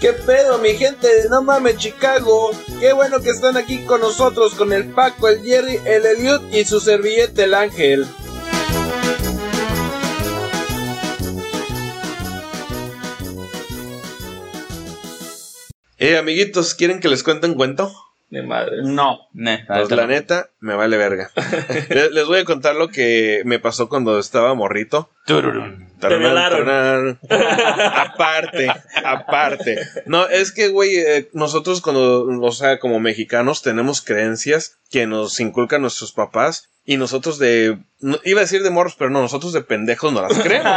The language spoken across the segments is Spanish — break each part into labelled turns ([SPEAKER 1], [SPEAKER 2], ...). [SPEAKER 1] ¿Qué pedo, mi gente? No mames, Chicago. Qué bueno que están aquí con nosotros, con el Paco, el Jerry, el Eliud y su servillete, el Ángel. Eh, amiguitos, ¿quieren que les cuente un cuento?
[SPEAKER 2] De madre.
[SPEAKER 3] No, neta.
[SPEAKER 1] Pues la neta, me vale verga. les, les voy a contar lo que me pasó cuando estaba morrito.
[SPEAKER 3] Tururún.
[SPEAKER 2] Te violaron.
[SPEAKER 1] Tarán, tarán. aparte, aparte. No, es que, güey, eh, nosotros cuando, o sea, como mexicanos tenemos creencias que nos inculcan nuestros papás y nosotros de, no, iba a decir de morros, pero no, nosotros de pendejos no las creemos.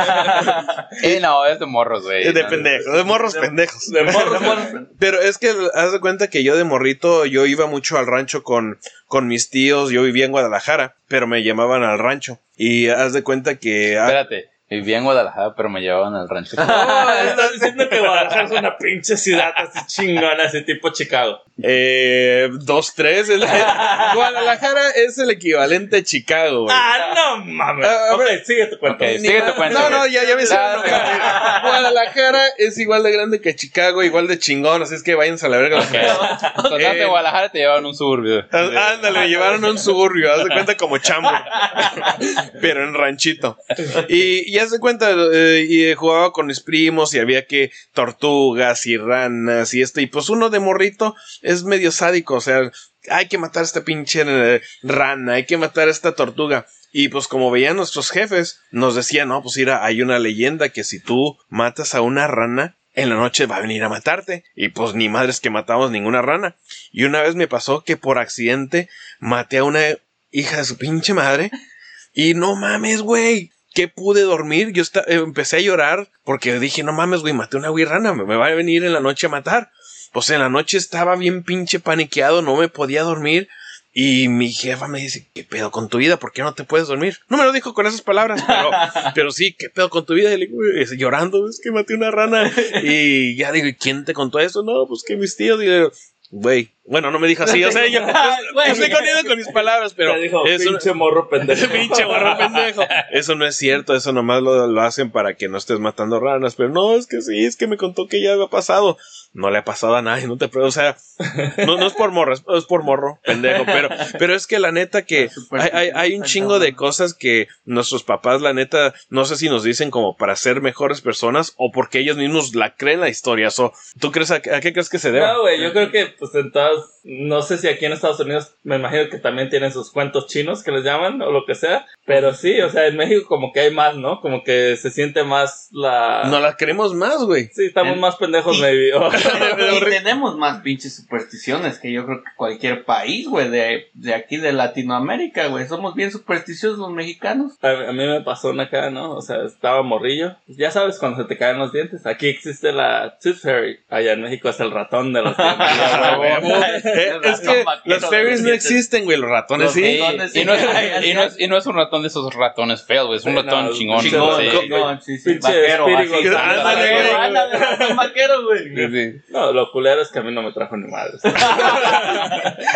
[SPEAKER 3] Eh, no, es de morros, güey.
[SPEAKER 1] de
[SPEAKER 3] No,
[SPEAKER 1] pendejos, de morros pendejos.
[SPEAKER 2] De morro, de morro.
[SPEAKER 1] Pero es que haz de cuenta que yo de morrito yo iba mucho al rancho con, con mis tíos, yo vivía en Guadalajara, pero me llamaban al rancho. Y haz de cuenta que... ah,
[SPEAKER 3] Espérate. Vivía en Guadalajara, pero me llevaban al rancho.
[SPEAKER 2] No, estás diciendo que Guadalajara es una pinche ciudad así chingona, así tipo Chicago.
[SPEAKER 1] Eh, dos, tres. es la- Guadalajara es el equivalente a Chicago, güey.
[SPEAKER 2] Ah, no mames.
[SPEAKER 1] Ah, a
[SPEAKER 2] ok, sigue tu cuento.
[SPEAKER 3] Ok,
[SPEAKER 1] Ni
[SPEAKER 3] sigue
[SPEAKER 1] ma-
[SPEAKER 3] tu cuento,
[SPEAKER 1] No,
[SPEAKER 3] güey.
[SPEAKER 1] no, ya, ya me hicieron
[SPEAKER 3] Dale.
[SPEAKER 1] enojar. Guadalajara es igual de grande que Chicago, igual de chingón, así es que váyanse a la verga. los mexicanos.
[SPEAKER 3] Total, de
[SPEAKER 1] Eh.
[SPEAKER 3] Guadalajara te llevaban a un suburbio.
[SPEAKER 1] Ah, Ándale, me llevaron a un suburbio, haz de cuenta como chambo, pero en ranchito. Y, y haz de cuenta, eh, y eh, jugaba con mis primos y había que tortugas y ranas y esto. Y pues uno de morrito es medio sádico, o sea, hay que matar a esta pinche eh, rana, hay que matar a esta tortuga. Y pues como veían nuestros jefes, nos decían, no, pues mira, hay una leyenda que si tú matas a una rana, en la noche va a venir a matarte. Y pues ni madres que matamos ninguna rana. Y una vez me pasó que por accidente maté a una hija de su pinche madre. Y no mames, güey. Que pude dormir. Yo esta- eh, empecé a llorar porque dije, no mames, güey, maté a una güey rana. Me me va a venir en la noche a matar. Pues en la noche estaba bien pinche paniqueado, no me podía dormir. Y mi jefa me dice, ¿qué pedo con tu vida? ¿Por qué no te puedes dormir? No me lo dijo con esas palabras, pero, pero sí, ¿qué pedo con tu vida? Y le digo, "Es- llorando, es que maté una rana. Y ya digo, ¿y quién te contó eso? No, pues que mis tíos. Y le digo, güey, bueno, no me dijo así, o sea, yo
[SPEAKER 2] Ah, Güey.
[SPEAKER 1] estoy corriendo con mis palabras, pero
[SPEAKER 2] Te dijo,
[SPEAKER 1] es un-
[SPEAKER 2] pinche morro pendejo.
[SPEAKER 1] pinche morro pendejo. Eso no es cierto, eso nomás lo, lo hacen para que no estés matando ranas, pero no, es que sí, es que me contó que ya había pasado. No le ha pasado a nadie, no te pre- o sea, no, no es por morro, es, es por morro, pendejo, pero, pero es que la neta que hay, hay- hay un chingo de cosas que nuestros papás, la neta, no sé si nos dicen como para ser mejores personas o porque ellos mismos la creen la historia. So, ¿Tú crees a, a qué crees que se debe?
[SPEAKER 2] No, güey, yo creo que pues en todas, no sé si aquí en Estados Unidos me imagino que también tienen sus cuentos chinos que les llaman o lo que sea, pero sí, o sea, en México como que hay más, ¿no? Como que se siente más la...
[SPEAKER 1] No la creemos más, güey.
[SPEAKER 2] Sí, estamos
[SPEAKER 4] En-
[SPEAKER 2] más pendejos,
[SPEAKER 4] Y-
[SPEAKER 2] maybe. o-
[SPEAKER 4] Y tenemos más pinches supersticiones que yo creo que cualquier país, güey, de, de aquí de Latinoamérica, güey. Somos bien supersticiosos los mexicanos.
[SPEAKER 2] A, a mí me pasó una acá, ¿no? O sea, estaba morrillo. Ya sabes, cuando se te caen los dientes. Aquí existe la Tooth Fairy. Allá en México es el ratón de los dientes.
[SPEAKER 1] Ah,
[SPEAKER 4] güey.
[SPEAKER 1] huevo. Eh, es que
[SPEAKER 4] vaquero
[SPEAKER 1] las
[SPEAKER 4] de
[SPEAKER 1] fairies no
[SPEAKER 4] dientes.
[SPEAKER 1] existen, güey, los ratones
[SPEAKER 4] Los
[SPEAKER 1] sí.
[SPEAKER 4] ratones
[SPEAKER 3] Y no, es, y, no es, y no es un ratón de esos ratones feos, güey. Es un
[SPEAKER 2] Sí,
[SPEAKER 3] ratón
[SPEAKER 2] no,
[SPEAKER 3] chingón.
[SPEAKER 4] Chingón,
[SPEAKER 3] sí.
[SPEAKER 1] co-
[SPEAKER 4] chingón, sí, sí.
[SPEAKER 2] Pinche
[SPEAKER 4] Vaquero,
[SPEAKER 2] espíritu.
[SPEAKER 4] así.
[SPEAKER 1] Ándale,
[SPEAKER 4] Vaquero,
[SPEAKER 1] güey.
[SPEAKER 4] ándale, ratón vaquero, güey.
[SPEAKER 3] Sí, sí.
[SPEAKER 2] No, lo culero es que a mí no me trajo ni madre.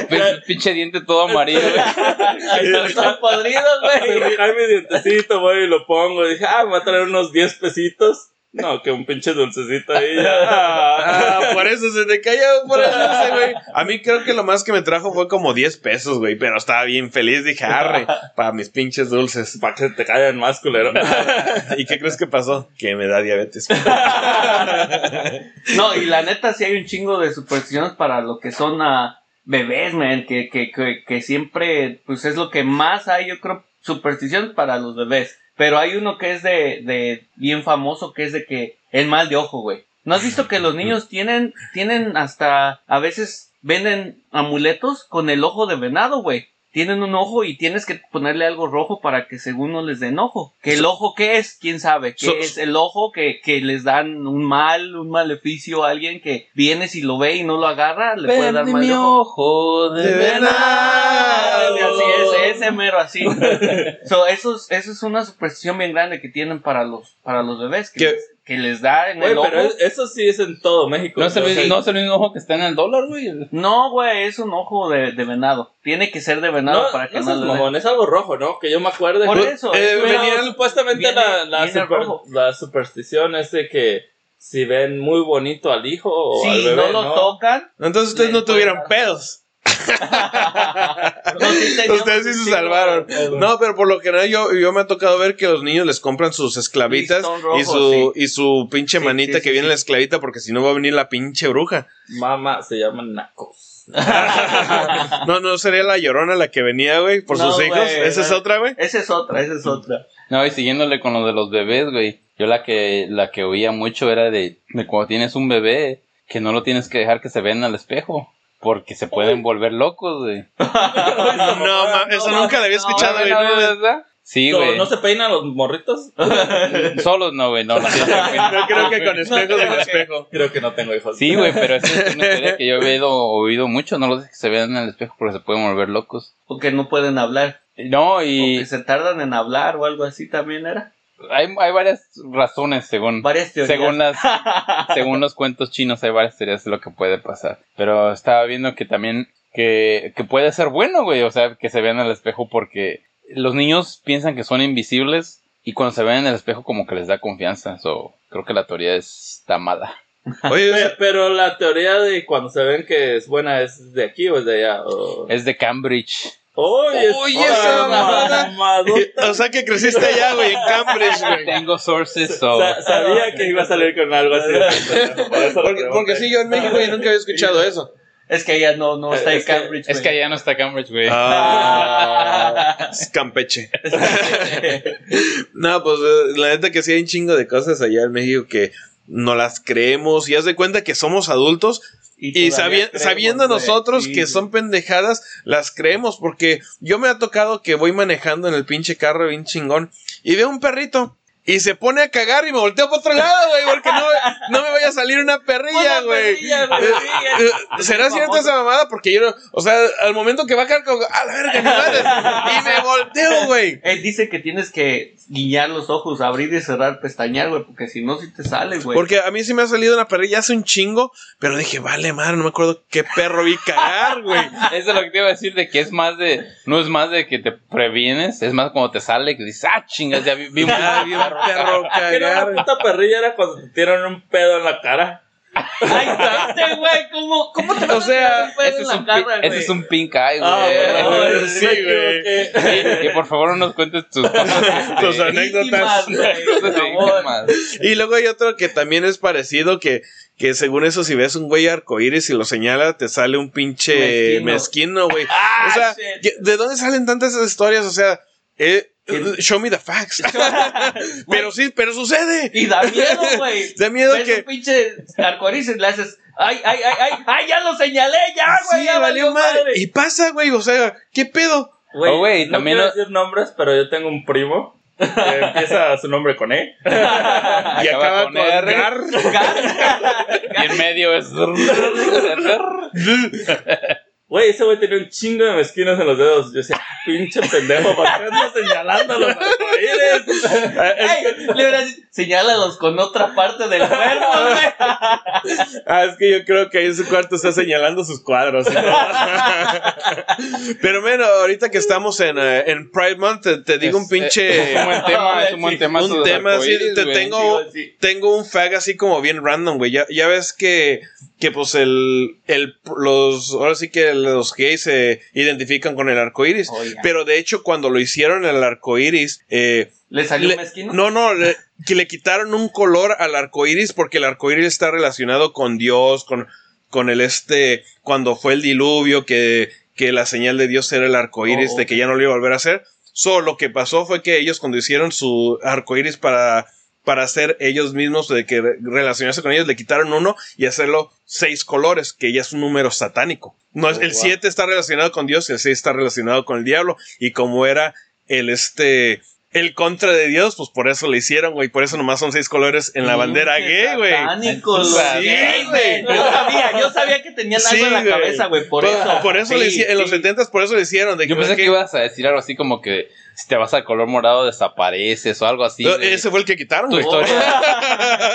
[SPEAKER 3] Ves, Pinche diente todo amarillo, güey.
[SPEAKER 4] Ay, no, Están podridos,
[SPEAKER 2] Se
[SPEAKER 4] güey.
[SPEAKER 2] me cae mi dientecito, voy y lo pongo. Dije, ah, me va a traer unos 10 pesitos. No, que un pinche dulcecito ahí. ya.
[SPEAKER 1] Ah, por eso se te cayó por el dulce, güey. A mí creo que lo más que me trajo fue como 10 pesos, güey, pero estaba bien feliz, dije, arre, para mis pinches dulces.
[SPEAKER 2] Para que te caigan más, culero.
[SPEAKER 1] ¿Y qué crees que pasó? Que me da diabetes.
[SPEAKER 4] No, y la neta sí hay un chingo de supersticiones para lo que son ah, bebés, man, que, que, que, que siempre, pues es lo que más hay, yo creo, supersticiones para los bebés. Pero hay uno que es de, de bien famoso, que es de que el mal de ojo, güey. ¿No has visto que los niños tienen, tienen hasta, a veces venden amuletos con el ojo de venado, güey? Tienen un ojo y tienes que ponerle algo rojo para que según no les den ojo. ¿Que el ojo qué es? ¿Quién sabe? ¿Qué
[SPEAKER 1] So-
[SPEAKER 4] es el ojo que, que les dan un mal, un maleficio a alguien que viene si lo ve y no lo agarra? Le puede dar mal de ojo.
[SPEAKER 3] ojo
[SPEAKER 1] de venado.
[SPEAKER 4] Ándale, Así es, ese mero así. so, eso, es, eso es una superstición bien grande que tienen para los, para los bebés, que,
[SPEAKER 1] ¿Qué?
[SPEAKER 4] les, que les da en
[SPEAKER 2] Güey,
[SPEAKER 4] el ojo.
[SPEAKER 2] pero es- eso sí es en todo México.
[SPEAKER 3] No es, el,
[SPEAKER 2] O sea,
[SPEAKER 3] mismo- no es el mismo ojo que está en el dólar, güey.
[SPEAKER 4] No, güey, es un ojo de, de venado. Tiene que ser de venado
[SPEAKER 2] no,
[SPEAKER 4] para que
[SPEAKER 2] no
[SPEAKER 4] no,
[SPEAKER 2] seas
[SPEAKER 4] le den.
[SPEAKER 2] mamón, es algo rojo, ¿no? Que yo me acuerdo.
[SPEAKER 4] Por
[SPEAKER 2] que-
[SPEAKER 4] eso,
[SPEAKER 1] eh,
[SPEAKER 4] es-
[SPEAKER 2] Pero
[SPEAKER 1] venía-
[SPEAKER 2] supuestamente
[SPEAKER 4] viene-
[SPEAKER 2] la, la,
[SPEAKER 4] viene
[SPEAKER 2] super-
[SPEAKER 4] rojo.
[SPEAKER 2] la superstición es de que si ven muy bonito al hijo o al
[SPEAKER 4] Si
[SPEAKER 2] bebé,
[SPEAKER 4] no lo tocan,
[SPEAKER 1] Entonces ustedes no
[SPEAKER 4] Le-
[SPEAKER 1] tuvieron pedos.
[SPEAKER 4] no, sí teníamos
[SPEAKER 1] Ustedes sí
[SPEAKER 4] un
[SPEAKER 1] se
[SPEAKER 4] chingo-
[SPEAKER 1] salvaron. No, pero por lo general yo, yo me ha tocado ver que los niños les compran sus esclavitas
[SPEAKER 4] Listón rojo,
[SPEAKER 1] y su y su pinche
[SPEAKER 4] Sí,
[SPEAKER 1] manita
[SPEAKER 4] sí, sí,
[SPEAKER 1] que viene
[SPEAKER 4] sí.
[SPEAKER 1] la esclavita porque si no va a venir la pinche bruja.
[SPEAKER 2] Mamá, se llaman nacos.
[SPEAKER 1] No, no sería la llorona la que venía, güey, por
[SPEAKER 4] No,
[SPEAKER 1] sus hijos.
[SPEAKER 4] güey,
[SPEAKER 1] Esa es
[SPEAKER 4] no.
[SPEAKER 1] otra, güey.
[SPEAKER 4] Esa es otra, esa es otra.
[SPEAKER 3] No, y siguiéndole con lo de los bebés, güey. Yo la que, la que oía mucho era de, de cuando tienes un bebé, que no lo tienes que dejar que se vean al espejo. Porque se pueden volver locos, güey.
[SPEAKER 1] No, ma- eso nunca la había escuchado,
[SPEAKER 3] No,
[SPEAKER 1] güey.
[SPEAKER 3] no, ¿verdad? Sí,
[SPEAKER 2] No,
[SPEAKER 3] güey.
[SPEAKER 2] ¿No se peinan los morritos?
[SPEAKER 3] Solos no, güey. No, no, sí, güey.
[SPEAKER 1] No creo que con espejos en espejo.
[SPEAKER 2] Creo que no tengo hijos.
[SPEAKER 3] Sí, güey, pero esa es una historia que yo he oído, oído mucho. No lo dejes que se vean en el espejo porque se pueden volver locos.
[SPEAKER 4] O que no pueden hablar.
[SPEAKER 3] No,
[SPEAKER 4] O
[SPEAKER 3] y
[SPEAKER 4] que se tardan en hablar o algo así también era.
[SPEAKER 3] hay, hay varias razones según...
[SPEAKER 4] Varias teorías.
[SPEAKER 3] Según las, según los cuentos chinos hay varias teorías de lo que puede pasar. Pero estaba viendo que también que, que puede ser bueno, güey. O sea, que se vean al espejo porque los niños piensan que son invisibles y cuando se ven en el espejo como que les da confianza. So, creo que la teoría está mala.
[SPEAKER 1] Oye,
[SPEAKER 2] Pe- Pero la teoría de cuando se ven que es buena es de aquí o es de allá. O...
[SPEAKER 3] Es de Cambridge.
[SPEAKER 2] Oye,
[SPEAKER 1] Oye, esa mamada. o sea que creciste allá, güey, en Cambridge, güey.
[SPEAKER 3] Tengo sources, so...
[SPEAKER 2] sabía que iba a salir con algo así. Por eso lo
[SPEAKER 1] Porque,
[SPEAKER 2] pregunté.
[SPEAKER 1] porque sí, yo en México yo nunca había escuchado eso.
[SPEAKER 4] Es que ella no, no está en
[SPEAKER 2] Es que-
[SPEAKER 4] Cambridge.
[SPEAKER 3] Es que allá no está Cambridge, güey.
[SPEAKER 1] Ah, es Campeche. no, pues eh, la neta que sí hay un chingo de cosas allá en México que no las creemos y haz de cuenta que somos adultos y sabi- sabiendo nosotros que son pendejadas, las creemos porque yo me ha tocado que voy manejando en el pinche carro bien chingón y veo un perrito. Y se pone a cagar y me volteo para otro lado, güey, porque no, no me vaya a salir una perrilla, güey. Eh, ¿Será cierta esa mamada? Porque yo, no- o sea, al momento que va a caer, como, a la verga, ni madres", y me volteo, güey.
[SPEAKER 4] Él dice que tienes que guiñar los ojos, abrir y cerrar, pestañear, güey, porque si no, si te sale, güey.
[SPEAKER 1] Porque a mí sí me ha salido una perrilla hace un chingo, pero dije, vale, madre, no me acuerdo qué perro vi cagar, güey.
[SPEAKER 3] Eso es lo que te iba a decir de que es más de, no es más de que te previenes, es más cuando te sale que dices, ah, chingas, ya vi, vi un
[SPEAKER 1] Ah, vi un perro
[SPEAKER 2] Que era una
[SPEAKER 1] cagar.
[SPEAKER 2] puta perrilla era cuando te tiraron un pedo en la cara.
[SPEAKER 4] Ahí está, este, güey, ¿cómo, cómo te
[SPEAKER 1] O sea,
[SPEAKER 3] Ese es, un pi- ese es un pink eye, güey.
[SPEAKER 1] bueno, bueno.
[SPEAKER 2] güey,
[SPEAKER 1] sí,
[SPEAKER 2] me
[SPEAKER 1] güey.
[SPEAKER 2] equivoqué.
[SPEAKER 3] Y, y por favor no nos cuentes tus cosas.
[SPEAKER 1] Tus anécdotas.
[SPEAKER 3] Cosas íntimas.
[SPEAKER 1] Y luego hay otro que también es parecido, que, que según eso, si ves un güey arcoíris y lo señala, te sale un pinche mezquino, güey. o sea,
[SPEAKER 4] Ah, shit.
[SPEAKER 1] ¿qué- ¿de dónde salen tantas esas historias? O sea, eh, show me the facts. pero sí, pero sucede.
[SPEAKER 4] Y da miedo, güey.
[SPEAKER 1] Da miedo
[SPEAKER 4] Ves
[SPEAKER 1] que-
[SPEAKER 4] Pues un pinche arcoíris y le haces, ay, ay, ay, ay, ay, ya lo señalé, ya, güey,
[SPEAKER 1] sí,
[SPEAKER 4] ya
[SPEAKER 1] valió madre. Y pasa, güey, o sea, ¿qué pedo?
[SPEAKER 2] Güey,
[SPEAKER 3] Oh, güey,
[SPEAKER 2] no
[SPEAKER 3] también
[SPEAKER 2] quiero
[SPEAKER 3] lo-
[SPEAKER 2] decir nombres, pero yo tengo un primo que empieza su nombre con E.
[SPEAKER 1] y
[SPEAKER 3] Acaba
[SPEAKER 1] acaba
[SPEAKER 3] con
[SPEAKER 1] con,
[SPEAKER 3] R.
[SPEAKER 1] gar.
[SPEAKER 3] Y en medio es...
[SPEAKER 2] Güey, ese güey tenía un chingo de mezquinos en los dedos. Yo decía, "Ah, pinche pendejo, ¿por qué andas señalándolo?
[SPEAKER 4] Ay, le hubieras dicho, señálalos con otra parte del cuerpo, güey.
[SPEAKER 1] Ah, es que yo creo que ahí en su cuarto está señalando sus cuadros. Pero bueno, ahorita que estamos en, eh, en Pride Month, te, te digo un pinche...
[SPEAKER 3] Es un buen tema, es un buen tema.
[SPEAKER 1] un
[SPEAKER 3] esos
[SPEAKER 1] tema así,
[SPEAKER 3] arcoíris,
[SPEAKER 1] te
[SPEAKER 3] güey.
[SPEAKER 1] tengo-
[SPEAKER 4] Sí, sí.
[SPEAKER 1] tengo un fag así como bien random, güey. Ya, ya ves que, que pues el, el, los, ahora sí que los gays se identifican con el arco iris.
[SPEAKER 3] Oh,
[SPEAKER 4] Oiga.
[SPEAKER 1] Pero de hecho, cuando lo hicieron el arco iris, eh,
[SPEAKER 4] ¿Le salió
[SPEAKER 1] le-
[SPEAKER 4] un mezquino?
[SPEAKER 1] no, no, le, que le quitaron un color al arco iris porque el arco iris está relacionado con Dios, con, con el este, cuando fue el diluvio, que, que la señal de Dios era el arco iris,
[SPEAKER 4] Oh,
[SPEAKER 1] de que ya no lo iba a volver a hacer. So, lo que pasó fue que ellos, cuando hicieron su arco iris para, para ser ellos mismos, de que re- relacionarse con ellos, le quitaron uno y hacerlo seis colores, que ya es un número satánico. No, es-
[SPEAKER 2] Oh,
[SPEAKER 1] el
[SPEAKER 2] wow.
[SPEAKER 1] 7 está relacionado con Dios, el 6 está relacionado con el diablo, y como era el este el contra de Dios, pues por eso le hicieron, güey. Por eso nomás son seis colores en la bandera gay, güey.
[SPEAKER 4] Satánico,
[SPEAKER 1] Sí,
[SPEAKER 4] los gays, güey.
[SPEAKER 1] güey.
[SPEAKER 4] Yo sabía, yo sabía que tenían algo
[SPEAKER 1] Sí,
[SPEAKER 4] en la
[SPEAKER 1] güey.
[SPEAKER 4] cabeza, güey. Por eso.
[SPEAKER 1] Por eso
[SPEAKER 4] Sí,
[SPEAKER 1] le hicieron, en los
[SPEAKER 4] sí.
[SPEAKER 1] 70 por eso le hicieron. De
[SPEAKER 3] Yo pensé que ibas a decir algo así como que si te vas al color morado desapareces o algo así.
[SPEAKER 1] No,
[SPEAKER 3] de-
[SPEAKER 1] Ese fue el que quitaron,
[SPEAKER 3] Tu
[SPEAKER 1] güey.
[SPEAKER 3] historia,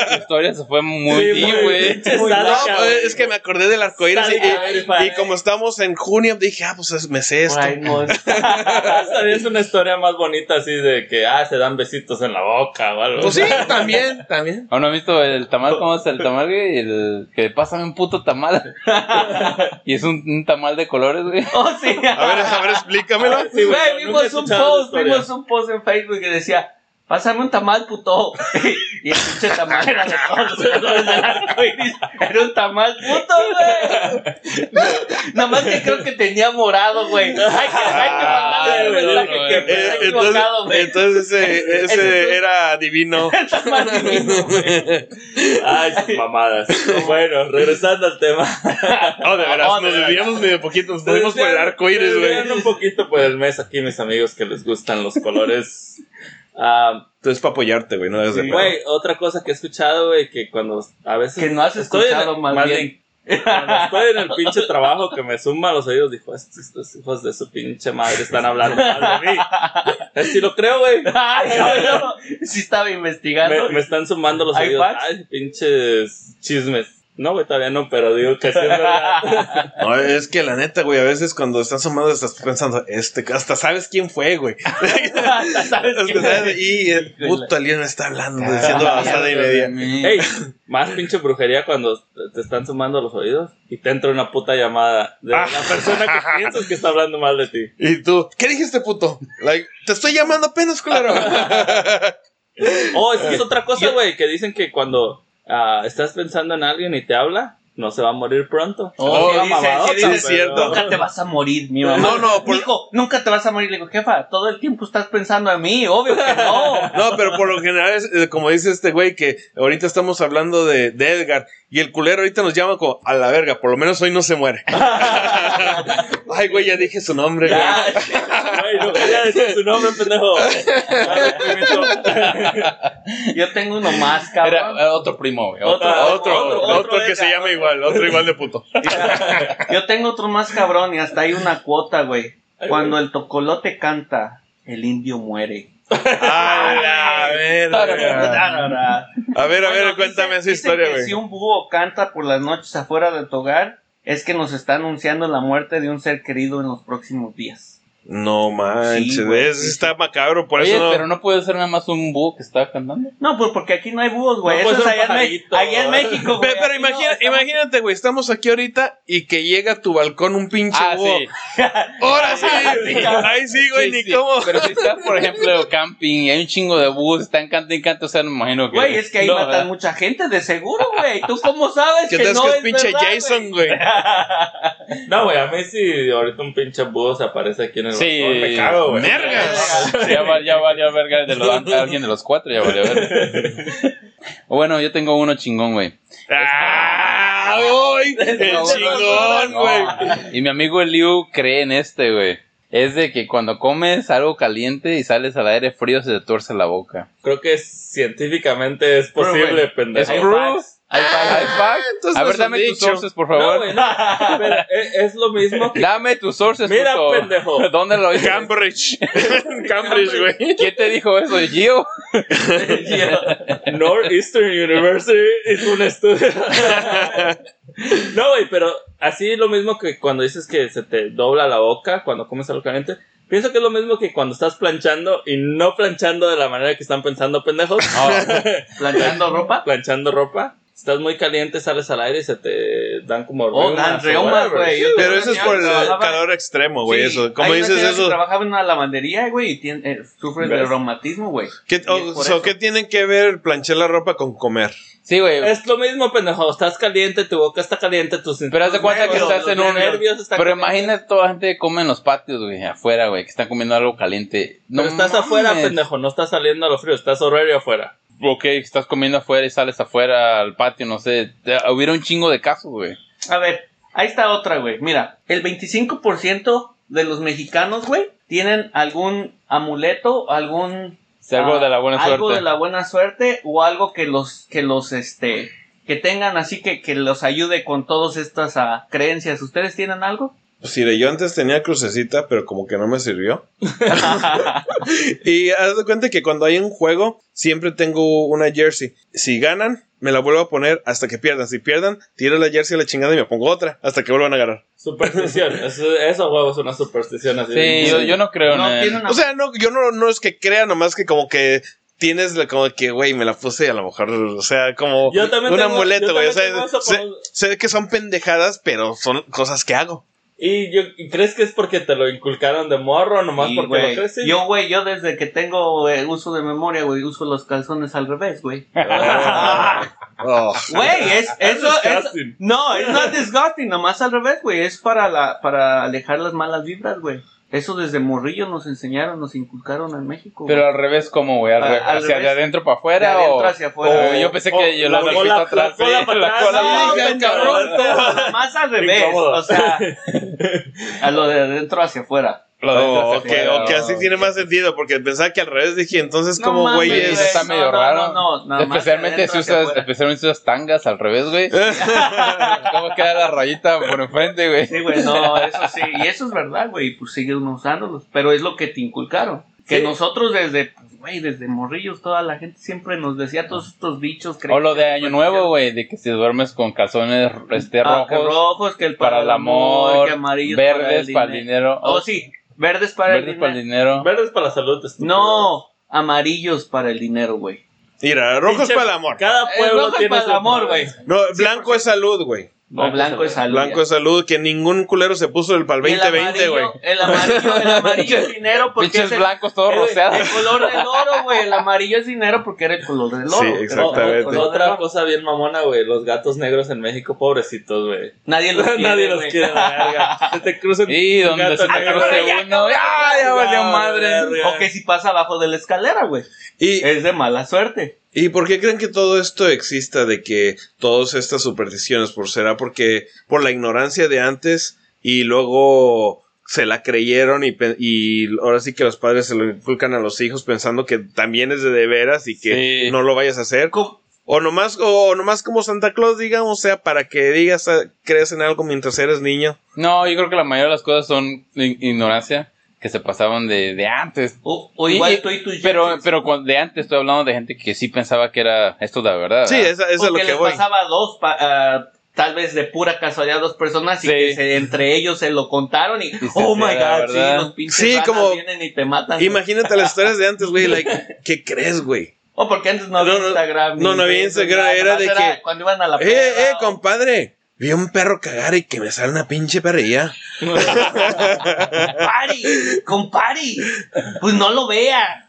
[SPEAKER 3] tu historia se fue muy
[SPEAKER 2] Sí,
[SPEAKER 3] deep,
[SPEAKER 2] muy
[SPEAKER 3] güey.
[SPEAKER 2] pinche
[SPEAKER 4] Muy
[SPEAKER 1] No,
[SPEAKER 2] sádica, güey.
[SPEAKER 1] es que me acordé del arcoíris y-
[SPEAKER 2] Sádica,
[SPEAKER 1] y,
[SPEAKER 2] güey.
[SPEAKER 1] y como estamos en junio, dije, ah, pues es- me sé esto.
[SPEAKER 4] Ay, no, es-
[SPEAKER 2] Sabías una historia más bonita así de que, ah, se dan besitos en la boca o algo.
[SPEAKER 1] Pues sí, también, también.
[SPEAKER 3] ¿Aún no has visto el tamal? ¿Cómo es el tamal, güey? El que pásame un puto tamal. y es un, un tamal de colores, güey.
[SPEAKER 4] Oh, sí.
[SPEAKER 1] A ver, a ver, explícamelo.
[SPEAKER 2] Sí, güey,
[SPEAKER 4] Güey,
[SPEAKER 2] nunca he
[SPEAKER 4] vimos un
[SPEAKER 2] escuchado
[SPEAKER 4] post,
[SPEAKER 2] esa historia.
[SPEAKER 4] vimos un post en Facebook que decía, pásame un tamal, puto. y el pinche tamal era de todos los colores del arco iris. Era un tamal, puto, güey. Nada más que creo que tenía morado, güey. Hay que, hay que mandarle un
[SPEAKER 2] Ah,
[SPEAKER 4] mensaje
[SPEAKER 2] güey.
[SPEAKER 4] que
[SPEAKER 1] Eh,
[SPEAKER 4] está
[SPEAKER 1] entonces,
[SPEAKER 4] equivocado, güey.
[SPEAKER 1] entonces ese, ese era divino.
[SPEAKER 4] Está mal divino, güey.
[SPEAKER 2] Ay, sus mamadas. bueno, regresando al tema.
[SPEAKER 1] Oh, de veras,
[SPEAKER 4] Oh, de
[SPEAKER 1] nos
[SPEAKER 4] veras.
[SPEAKER 1] desviamos medio poquito, nos fuimos por el arco
[SPEAKER 2] Se
[SPEAKER 1] iris,
[SPEAKER 2] desviaron
[SPEAKER 1] güey.
[SPEAKER 2] un poquito por el mes aquí, mis amigos, que les gustan los colores. Ah,
[SPEAKER 1] Entonces, para apoyarte, güey, no debes de
[SPEAKER 2] Güey, otra cosa que he escuchado, güey, que cuando a veces...
[SPEAKER 4] Que no has
[SPEAKER 2] estoy en-
[SPEAKER 4] escuchado, más bien.
[SPEAKER 2] cuando estoy en el pinche trabajo que me suma los oídos, dijo, estos, estos hijos de su pinche madre están hablando mal de mí. Eh, Si lo creo, güey.
[SPEAKER 4] Ay, cabrón. Sí estaba investigando.
[SPEAKER 2] Me, me están sumando los
[SPEAKER 4] ¿Hay
[SPEAKER 2] oídos.
[SPEAKER 4] fax?
[SPEAKER 2] Ay, pinches chismes. No, güey, todavía no, pero digo que sí es verdad.
[SPEAKER 1] No, es que la neta, güey, a veces cuando estás asomado estás pensando, este, hasta sabes quién fue, güey.
[SPEAKER 4] Hasta sabes
[SPEAKER 1] Hasta
[SPEAKER 4] quién
[SPEAKER 1] sabes, y el
[SPEAKER 4] Híjole.
[SPEAKER 1] puto alien me está hablando, diciendo
[SPEAKER 4] Ah,
[SPEAKER 1] basada y
[SPEAKER 4] Dios
[SPEAKER 1] media.
[SPEAKER 2] Ey, más pinche brujería cuando te- te están sumando los oídos y te entra una puta llamada de la
[SPEAKER 4] Ah.
[SPEAKER 2] persona que piensas que está hablando mal de ti.
[SPEAKER 1] Y tú, ¿qué dijiste, puto? Like, te estoy llamando apenas, culero.
[SPEAKER 2] Oh, es que es otra cosa, güey, que dicen que cuando ah, estás pensando en alguien y te habla, no se va a morir pronto.
[SPEAKER 1] Oh, sí,
[SPEAKER 2] Es una
[SPEAKER 4] dicen, sí,
[SPEAKER 2] mamadota,
[SPEAKER 1] dicen.
[SPEAKER 2] pero-
[SPEAKER 1] Sí, es cierto.
[SPEAKER 4] Nunca te vas a morir, mi mamá.
[SPEAKER 1] No, no, por-
[SPEAKER 4] Hijo, nunca te vas a morir. Le digo, jefa, todo el tiempo estás pensando en mí. Obvio que no.
[SPEAKER 1] No, pero por lo general es eh, como dice este güey que ahorita estamos hablando de, de Edgar y el culero ahorita nos llama como a la verga, por lo menos hoy no se muere. Ay, güey, ya dije su nombre, güey.
[SPEAKER 2] Ya, güey, no quería decir su nombre, pendejo. Ya, me permito.
[SPEAKER 4] Yo tengo uno más,
[SPEAKER 3] Era,
[SPEAKER 4] cabrón.
[SPEAKER 3] era otro primo, güey. Otro.
[SPEAKER 1] Otro, otro,
[SPEAKER 4] otro,
[SPEAKER 1] otro
[SPEAKER 4] otro
[SPEAKER 1] que
[SPEAKER 4] Edgar,
[SPEAKER 1] se llama igual, otro igual de puto.
[SPEAKER 4] Yo tengo otro más, cabrón. Y hasta hay una cuota, güey. Cuando el tocolote canta, el indio muere.
[SPEAKER 1] A la
[SPEAKER 4] Ah,
[SPEAKER 1] verga. A ver, a ver,
[SPEAKER 4] Bueno,
[SPEAKER 1] cuéntame esa
[SPEAKER 4] dicen- dicen
[SPEAKER 1] historia,
[SPEAKER 4] que
[SPEAKER 1] güey.
[SPEAKER 4] Si un búho canta por las noches afuera de tu hogar, es que nos está anunciando la muerte de un ser querido en los próximos días.
[SPEAKER 1] No manches,
[SPEAKER 4] Sí, güey,
[SPEAKER 1] es-
[SPEAKER 4] sí, sí.
[SPEAKER 1] está macabro, por
[SPEAKER 3] Oye,
[SPEAKER 1] eso no.
[SPEAKER 3] pero no puede ser nada más un búho que estaba cantando.
[SPEAKER 4] No, pues porque aquí no hay búhos, güey.
[SPEAKER 2] No,
[SPEAKER 4] Eso
[SPEAKER 2] pues,
[SPEAKER 4] es
[SPEAKER 2] un
[SPEAKER 4] allá en, Me-
[SPEAKER 2] pajarito.
[SPEAKER 4] allá en México, güey.
[SPEAKER 1] Ve, pero
[SPEAKER 4] Aquí
[SPEAKER 1] imagina-
[SPEAKER 4] no, estamos-
[SPEAKER 1] imagínate, güey, estamos aquí ahorita y que llega a tu balcón un pinche
[SPEAKER 3] Ah,
[SPEAKER 1] búho.
[SPEAKER 3] sí.
[SPEAKER 1] Ahora sí,
[SPEAKER 3] Sí.
[SPEAKER 1] ahí sí, güey,
[SPEAKER 3] Sí,
[SPEAKER 1] ni
[SPEAKER 3] sí.
[SPEAKER 1] cómo.
[SPEAKER 3] Pero si estás, por ejemplo, camping y hay un chingo de búhos, están cantando y cantando, o sea, no me imagino que.
[SPEAKER 4] Güey, es que ahí
[SPEAKER 3] No,
[SPEAKER 4] matan
[SPEAKER 3] ¿verdad?
[SPEAKER 4] mucha gente, de seguro, güey. ¿Tú cómo sabes
[SPEAKER 1] ¿Qué
[SPEAKER 4] que,
[SPEAKER 1] tal
[SPEAKER 4] no
[SPEAKER 1] que
[SPEAKER 4] es
[SPEAKER 1] es pinche
[SPEAKER 4] verdad, güey?
[SPEAKER 1] Jason, güey?
[SPEAKER 2] No, güey, a mí si ahorita un pinche búho se aparece aquí en el
[SPEAKER 3] Sí.
[SPEAKER 2] balcón, me
[SPEAKER 1] Ah,
[SPEAKER 2] cago, güey.
[SPEAKER 1] ¡Mergas!
[SPEAKER 3] Sí, ya, val- ya valió verga de los, alguien de los cuatro, ya valió verga. Bueno, yo tengo uno chingón, güey.
[SPEAKER 1] ¡Ah! ¡Uy! ¡El
[SPEAKER 4] No, no,
[SPEAKER 1] chingón,
[SPEAKER 3] No.
[SPEAKER 1] güey!
[SPEAKER 3] Y mi amigo Liu cree en este, güey. Es de que cuando comes algo caliente y sales al aire frío se te tuerce la boca.
[SPEAKER 2] Creo que científicamente es
[SPEAKER 4] Pero, güey,
[SPEAKER 2] posible,
[SPEAKER 3] ¿Es
[SPEAKER 2] pendejo.
[SPEAKER 4] Hay
[SPEAKER 3] true?
[SPEAKER 4] facts,
[SPEAKER 3] ¿Hay facts? ¿Hay facts?
[SPEAKER 1] entonces
[SPEAKER 3] A ver,
[SPEAKER 1] nos han
[SPEAKER 3] dame tus
[SPEAKER 1] dicho.
[SPEAKER 3] sources, por
[SPEAKER 2] No,
[SPEAKER 3] favor.
[SPEAKER 2] güey, no. Espera, es, es lo mismo que...
[SPEAKER 3] Dame tus sources,
[SPEAKER 2] Mira,
[SPEAKER 3] puto.
[SPEAKER 2] pendejo.
[SPEAKER 3] ¿Dónde lo oíste?
[SPEAKER 1] Cambridge. Cambridge, güey.
[SPEAKER 3] ¿Quién te dijo eso, Gio?
[SPEAKER 2] Northeastern University es un estudio. no, güey, pero así es lo mismo que cuando dices que se te dobla la boca cuando comes algo caliente. Pienso que es lo mismo que cuando estás planchando y no planchando de la manera que están pensando, pendejos.
[SPEAKER 4] Planchando ropa.
[SPEAKER 2] planchando ropa. Estás muy caliente, sales al aire y se te dan como
[SPEAKER 4] Oh,
[SPEAKER 2] reumas o
[SPEAKER 4] dan reumas,
[SPEAKER 2] whatever.
[SPEAKER 4] güey. Yo tengo
[SPEAKER 1] Pero
[SPEAKER 4] una
[SPEAKER 1] eso es
[SPEAKER 4] señora
[SPEAKER 1] por
[SPEAKER 4] que
[SPEAKER 1] el
[SPEAKER 4] trabajaba-
[SPEAKER 1] calor extremo, güey.
[SPEAKER 4] Sí,
[SPEAKER 1] eso. ¿Cómo
[SPEAKER 4] hay una
[SPEAKER 1] dices
[SPEAKER 4] señora que
[SPEAKER 1] eso?
[SPEAKER 4] Trabajaba en una lavandería, güey, y tiene, eh, sufre de
[SPEAKER 2] ¿Ves?
[SPEAKER 4] reumatismo, güey. Y
[SPEAKER 1] ¿Qué,
[SPEAKER 4] es
[SPEAKER 1] o-
[SPEAKER 4] por
[SPEAKER 1] so,
[SPEAKER 4] eso.
[SPEAKER 1] ¿Qué tienen que ver planchar la ropa con comer?
[SPEAKER 3] Sí, güey.
[SPEAKER 2] Es lo mismo, pendejo. Estás caliente, tu boca está caliente, tus
[SPEAKER 3] Pero haz de cuenta que
[SPEAKER 4] Los
[SPEAKER 3] estás en un...
[SPEAKER 2] nervios están
[SPEAKER 3] Pero
[SPEAKER 2] calientes.
[SPEAKER 3] imagínate toda la gente que come en los patios, güey, afuera, güey, que están comiendo algo caliente.
[SPEAKER 2] Pero estás
[SPEAKER 3] mames.
[SPEAKER 2] afuera, pendejo. No estás saliendo a lo frío, estás horario afuera.
[SPEAKER 3] Ok, estás comiendo afuera y sales afuera al patio, no sé. Te- Hubiera un chingo de casos, güey.
[SPEAKER 4] A ver, ahí está otra, güey. Mira, el 25% de los mexicanos, güey, tienen algún amuleto, algún...
[SPEAKER 3] Sí, algo
[SPEAKER 4] ah,
[SPEAKER 3] de la buena
[SPEAKER 4] Algo
[SPEAKER 3] suerte.
[SPEAKER 4] de la buena suerte o algo que los, que los, este, que tengan así que, que los ayude con todas estas ah, creencias. ¿Ustedes tienen algo?
[SPEAKER 1] Pues mire, yo antes tenía crucecita, pero como que no me sirvió. y haz de cuenta que cuando hay un juego, siempre tengo una jersey. Si ganan, me la vuelvo a poner hasta que pierdan. Si pierdan, tiro la jersey a la chingada y me pongo otra hasta que vuelvan a ganar.
[SPEAKER 2] Superstición. Eso, eso, huevo, es una superstición así.
[SPEAKER 3] Sí, yo, yo no creo
[SPEAKER 4] No,
[SPEAKER 3] en él.
[SPEAKER 4] tiene una-
[SPEAKER 1] O sea, no, yo no, no es que crea, nomás que como que tienes la- como que, güey, me la puse y a lo mejor, o sea, como
[SPEAKER 2] Yo también
[SPEAKER 1] un
[SPEAKER 2] tengo-
[SPEAKER 1] amuleto,
[SPEAKER 2] yo
[SPEAKER 1] güey. O
[SPEAKER 2] también
[SPEAKER 1] sea,
[SPEAKER 2] tengo eso
[SPEAKER 1] sé,
[SPEAKER 2] como-
[SPEAKER 1] sé que son pendejadas, pero son cosas que hago.
[SPEAKER 2] ¿Y yo, ¿y crees que es porque te lo inculcaron de morro nomás
[SPEAKER 4] Y,
[SPEAKER 2] porque
[SPEAKER 4] güey,
[SPEAKER 2] lo crees? Sí.
[SPEAKER 4] Yo, güey, yo desde que tengo eh, uso de memoria, güey, uso los calzones al revés, güey. Ah.
[SPEAKER 1] Oh.
[SPEAKER 4] Güey, es, eso es...
[SPEAKER 2] Disgusting.
[SPEAKER 4] No, es not disgusting, nomás al revés, güey. Es para, la, para alejar las malas vibras, güey. Eso desde morrillo nos enseñaron, nos inculcaron en México. güey.
[SPEAKER 3] Pero al revés, ¿cómo, güey? Al
[SPEAKER 4] Ah,
[SPEAKER 3] re-
[SPEAKER 4] al
[SPEAKER 3] ¿Hacia
[SPEAKER 4] revés.
[SPEAKER 3] de adentro para afuera?
[SPEAKER 4] De adentro
[SPEAKER 3] o-
[SPEAKER 4] hacia afuera.
[SPEAKER 3] o yo pensé
[SPEAKER 2] O
[SPEAKER 3] que yo
[SPEAKER 2] Oh, la
[SPEAKER 3] la había
[SPEAKER 2] cola-
[SPEAKER 3] visto atrás.
[SPEAKER 2] la cola
[SPEAKER 3] sí,
[SPEAKER 2] para
[SPEAKER 3] la
[SPEAKER 2] atrás,
[SPEAKER 3] cola.
[SPEAKER 2] no,
[SPEAKER 4] No,
[SPEAKER 2] bien
[SPEAKER 4] güey, cabrón,
[SPEAKER 2] cabrón.
[SPEAKER 4] pero nomás al revés.
[SPEAKER 2] Incómodo.
[SPEAKER 4] O sea, a lo de adentro hacia afuera.
[SPEAKER 3] Lo de
[SPEAKER 1] Oh,
[SPEAKER 3] adentro
[SPEAKER 1] ok,
[SPEAKER 3] hacia afuera.
[SPEAKER 1] ok, así tiene más sentido, porque pensaba que al revés dije, entonces,
[SPEAKER 4] No
[SPEAKER 1] como
[SPEAKER 4] mames,
[SPEAKER 1] güey
[SPEAKER 3] güey,
[SPEAKER 1] es?
[SPEAKER 3] eso está
[SPEAKER 4] No,
[SPEAKER 3] medio
[SPEAKER 4] no,
[SPEAKER 3] raro.
[SPEAKER 4] no, no, nada más
[SPEAKER 3] especialmente, si
[SPEAKER 4] adentro hacia
[SPEAKER 3] usas,
[SPEAKER 4] afuera.
[SPEAKER 3] especialmente si usas tangas al revés, güey. ¿Cómo queda la rayita por enfrente, güey?
[SPEAKER 4] Sí, güey, no, eso sí. Y eso es verdad, güey. Pues sigue uno usándolos. Pero es lo que te inculcaron. Que
[SPEAKER 2] Sí.
[SPEAKER 4] nosotros desde, pues, güey, desde morrillos, toda la gente siempre nos decía todos estos bichos.
[SPEAKER 3] O lo de Año Nuevo, güey, de que si duermes con calzones este,
[SPEAKER 4] Ah, que
[SPEAKER 3] rojos
[SPEAKER 4] rojos, que el
[SPEAKER 3] para el amor,
[SPEAKER 4] que amarillos
[SPEAKER 3] verdes para el
[SPEAKER 4] dinero.
[SPEAKER 3] dinero.
[SPEAKER 4] Oh, sí, verdes para el
[SPEAKER 3] verdes
[SPEAKER 4] dinero.
[SPEAKER 3] para el dinero.
[SPEAKER 2] Verdes para la salud. estúpido.
[SPEAKER 4] No, amarillos para el dinero, güey.
[SPEAKER 1] Mira, rojo es
[SPEAKER 2] Pinche-
[SPEAKER 1] para el amor.
[SPEAKER 2] Cada
[SPEAKER 4] Eh,
[SPEAKER 2] pueblo
[SPEAKER 4] rojo es
[SPEAKER 2] tiene
[SPEAKER 4] para el
[SPEAKER 2] su-
[SPEAKER 4] amor, güey.
[SPEAKER 1] No, blanco es salud, güey.
[SPEAKER 4] O blanco es salud.
[SPEAKER 1] Ah, Blanco es salud, que ningún culero se puso el para el
[SPEAKER 4] Y el
[SPEAKER 1] 2020, güey.
[SPEAKER 4] amarillo- El amarillo, el amarillo es dinero porque
[SPEAKER 3] Pinches
[SPEAKER 4] es el,
[SPEAKER 3] blancos todos
[SPEAKER 4] el- el
[SPEAKER 3] roceados.
[SPEAKER 4] color del oro, güey. El amarillo es dinero porque era el color del oro.
[SPEAKER 1] Sí,
[SPEAKER 4] pero
[SPEAKER 1] exactamente.
[SPEAKER 4] no,
[SPEAKER 2] Con
[SPEAKER 4] el color del
[SPEAKER 2] otra
[SPEAKER 4] oro.
[SPEAKER 2] cosa bien mamona, güey. Los gatos negros en México, pobrecitos, güey.
[SPEAKER 4] Nadie los quiere.
[SPEAKER 2] Nadie los
[SPEAKER 4] güey.
[SPEAKER 2] quiere, la verga. Se te cruza un
[SPEAKER 3] Y donde
[SPEAKER 2] gato
[SPEAKER 3] se te
[SPEAKER 2] negro,
[SPEAKER 3] cruce
[SPEAKER 2] güey.
[SPEAKER 3] uno,
[SPEAKER 4] eh,
[SPEAKER 3] ¡ah, ya valió madre!
[SPEAKER 2] verga.
[SPEAKER 4] O que si pasa abajo de la escalera, güey.
[SPEAKER 1] Y,
[SPEAKER 4] Es de mala suerte.
[SPEAKER 1] ¿Y por qué creen que todo esto exista de que todas estas supersticiones por será porque por la ignorancia de antes y luego se la creyeron y, pe- y ahora sí que los padres se lo inculcan a los hijos pensando que también es de, de veras y que
[SPEAKER 3] Sí.
[SPEAKER 1] no lo vayas a hacer
[SPEAKER 4] Co-
[SPEAKER 1] o nomás o nomás como Santa Claus digamos, o sea, para que digas ah, crees en algo mientras eres niño.
[SPEAKER 3] No, yo creo que la mayoría de las cosas son i- ignorancia que se pasaban de, de antes.
[SPEAKER 4] O, o
[SPEAKER 3] Y-
[SPEAKER 4] igual
[SPEAKER 3] y-
[SPEAKER 4] tú y tus
[SPEAKER 3] Pero,
[SPEAKER 4] jeans.
[SPEAKER 3] pero cuando- de antes estoy hablando de gente que sí pensaba que era esto de la verdad.
[SPEAKER 1] Sí,
[SPEAKER 3] ¿verdad?
[SPEAKER 1] esa- eso
[SPEAKER 4] O
[SPEAKER 1] es lo que
[SPEAKER 4] les
[SPEAKER 1] voy.
[SPEAKER 4] pasaba a dos, pa- a, tal vez de pura casualidad, dos personas y
[SPEAKER 3] Sí.
[SPEAKER 4] que se- entre ellos se lo contaron y,
[SPEAKER 3] se
[SPEAKER 4] oh my
[SPEAKER 3] entera,
[SPEAKER 4] god,
[SPEAKER 3] ¿verdad?
[SPEAKER 4] sí, los pinches
[SPEAKER 1] Sí,
[SPEAKER 4] ratas
[SPEAKER 1] como-
[SPEAKER 4] vienen y te matan.
[SPEAKER 1] Imagínate las historias de antes, güey, like, ¿qué crees, güey?
[SPEAKER 4] O porque antes no había
[SPEAKER 1] No, no,
[SPEAKER 4] Instagram. ni
[SPEAKER 1] no, no había
[SPEAKER 4] Facebook,
[SPEAKER 1] Instagram,
[SPEAKER 4] nada,
[SPEAKER 1] era
[SPEAKER 4] nomás
[SPEAKER 1] de que-
[SPEAKER 4] Cuando iban a la
[SPEAKER 1] Eh, eh,
[SPEAKER 4] peda, o-
[SPEAKER 1] compadre. Vi a un perro cagar y que me sale una pinche perrilla.
[SPEAKER 4] Compari, compari. Pues no lo vea.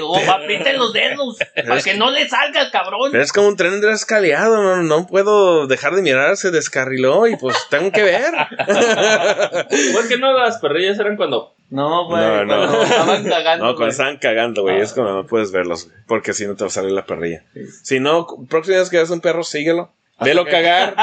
[SPEAKER 4] o apriete los dedos para que no le salga al cabrón.
[SPEAKER 1] Es como un tren descaleado, no, no puedo dejar de mirar, se descarriló y pues tengo que ver.
[SPEAKER 2] ¿Por qué no las perrillas eran cuando
[SPEAKER 4] No, güey.
[SPEAKER 1] No, no.
[SPEAKER 4] cuando Estaban cagando.
[SPEAKER 1] No, cuando
[SPEAKER 4] güey.
[SPEAKER 1] están cagando, güey,
[SPEAKER 4] Ah.
[SPEAKER 1] es cuando no puedes verlos, güey, porque si no te sale la perrilla. Si no, cu- próxima vez que veas un perro, síguelo, velo cagar.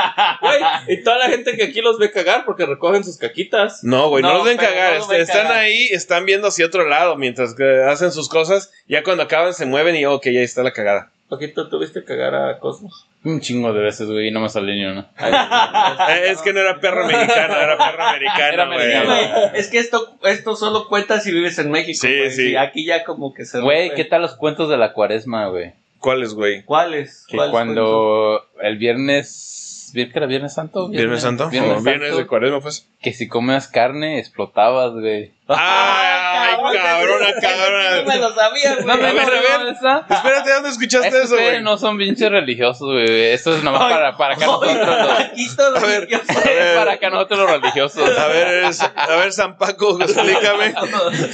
[SPEAKER 2] Güey, y toda la gente que aquí los ve cagar porque recogen sus caquitas.
[SPEAKER 1] No, güey, no,
[SPEAKER 4] No,
[SPEAKER 1] los ven
[SPEAKER 4] pero
[SPEAKER 1] cagar,
[SPEAKER 4] no los
[SPEAKER 1] este,
[SPEAKER 4] ven
[SPEAKER 1] están
[SPEAKER 4] cagar.
[SPEAKER 1] ahí, están viendo hacia otro lado mientras que hacen sus cosas, ya cuando acaban se mueven y ok, ya está la cagada.
[SPEAKER 2] Paquito, ¿tuviste cagar a Cosmo?
[SPEAKER 3] Un chingo de veces, güey, y no me salió ni una.
[SPEAKER 1] Eh, es que no era perro mexicano, era perro
[SPEAKER 3] Era
[SPEAKER 1] americano,
[SPEAKER 4] Sí,
[SPEAKER 1] güey.
[SPEAKER 3] americano.
[SPEAKER 4] güey, es que esto, esto solo cuenta si vives en México.
[SPEAKER 1] Sí,
[SPEAKER 4] güey.
[SPEAKER 1] sí.
[SPEAKER 4] Y Aquí ya como que se.
[SPEAKER 3] Güey,
[SPEAKER 4] rompe.
[SPEAKER 3] ¿qué tal los cuentos de la cuaresma, güey?
[SPEAKER 1] ¿Cuáles, güey?
[SPEAKER 4] ¿Cuáles?
[SPEAKER 3] Que
[SPEAKER 4] ¿Cuáles
[SPEAKER 3] cuando el viernes... ¿Qué era? ¿Viernes Santo?
[SPEAKER 1] ¿Viernes Santo? ¿O
[SPEAKER 3] Viernes,
[SPEAKER 1] ¿Viernes,
[SPEAKER 3] Santo,
[SPEAKER 1] de cuaresma, pues?
[SPEAKER 3] Que si comías carne, explotabas, güey.
[SPEAKER 1] Ah, ¡Ay, cabrona,
[SPEAKER 4] ese- ese sí No me
[SPEAKER 1] cabrona!
[SPEAKER 4] lo sabía, güey.
[SPEAKER 1] No me- A ver, a ver.
[SPEAKER 3] esa.
[SPEAKER 1] Espérate, ¿dónde escuchaste
[SPEAKER 3] Estos
[SPEAKER 1] eso, güey?
[SPEAKER 3] ustedes no son pinches religiosos, güey. Esto es nomás
[SPEAKER 4] Ay,
[SPEAKER 3] para, para acá
[SPEAKER 4] Ay,
[SPEAKER 3] nosotros los...
[SPEAKER 4] aquí todo
[SPEAKER 1] A ver,
[SPEAKER 4] yo
[SPEAKER 1] a
[SPEAKER 4] sé.
[SPEAKER 1] ver.
[SPEAKER 3] Es para acá nosotros los religiosos.
[SPEAKER 1] A ver, eres- a ver, San Paco, explícame.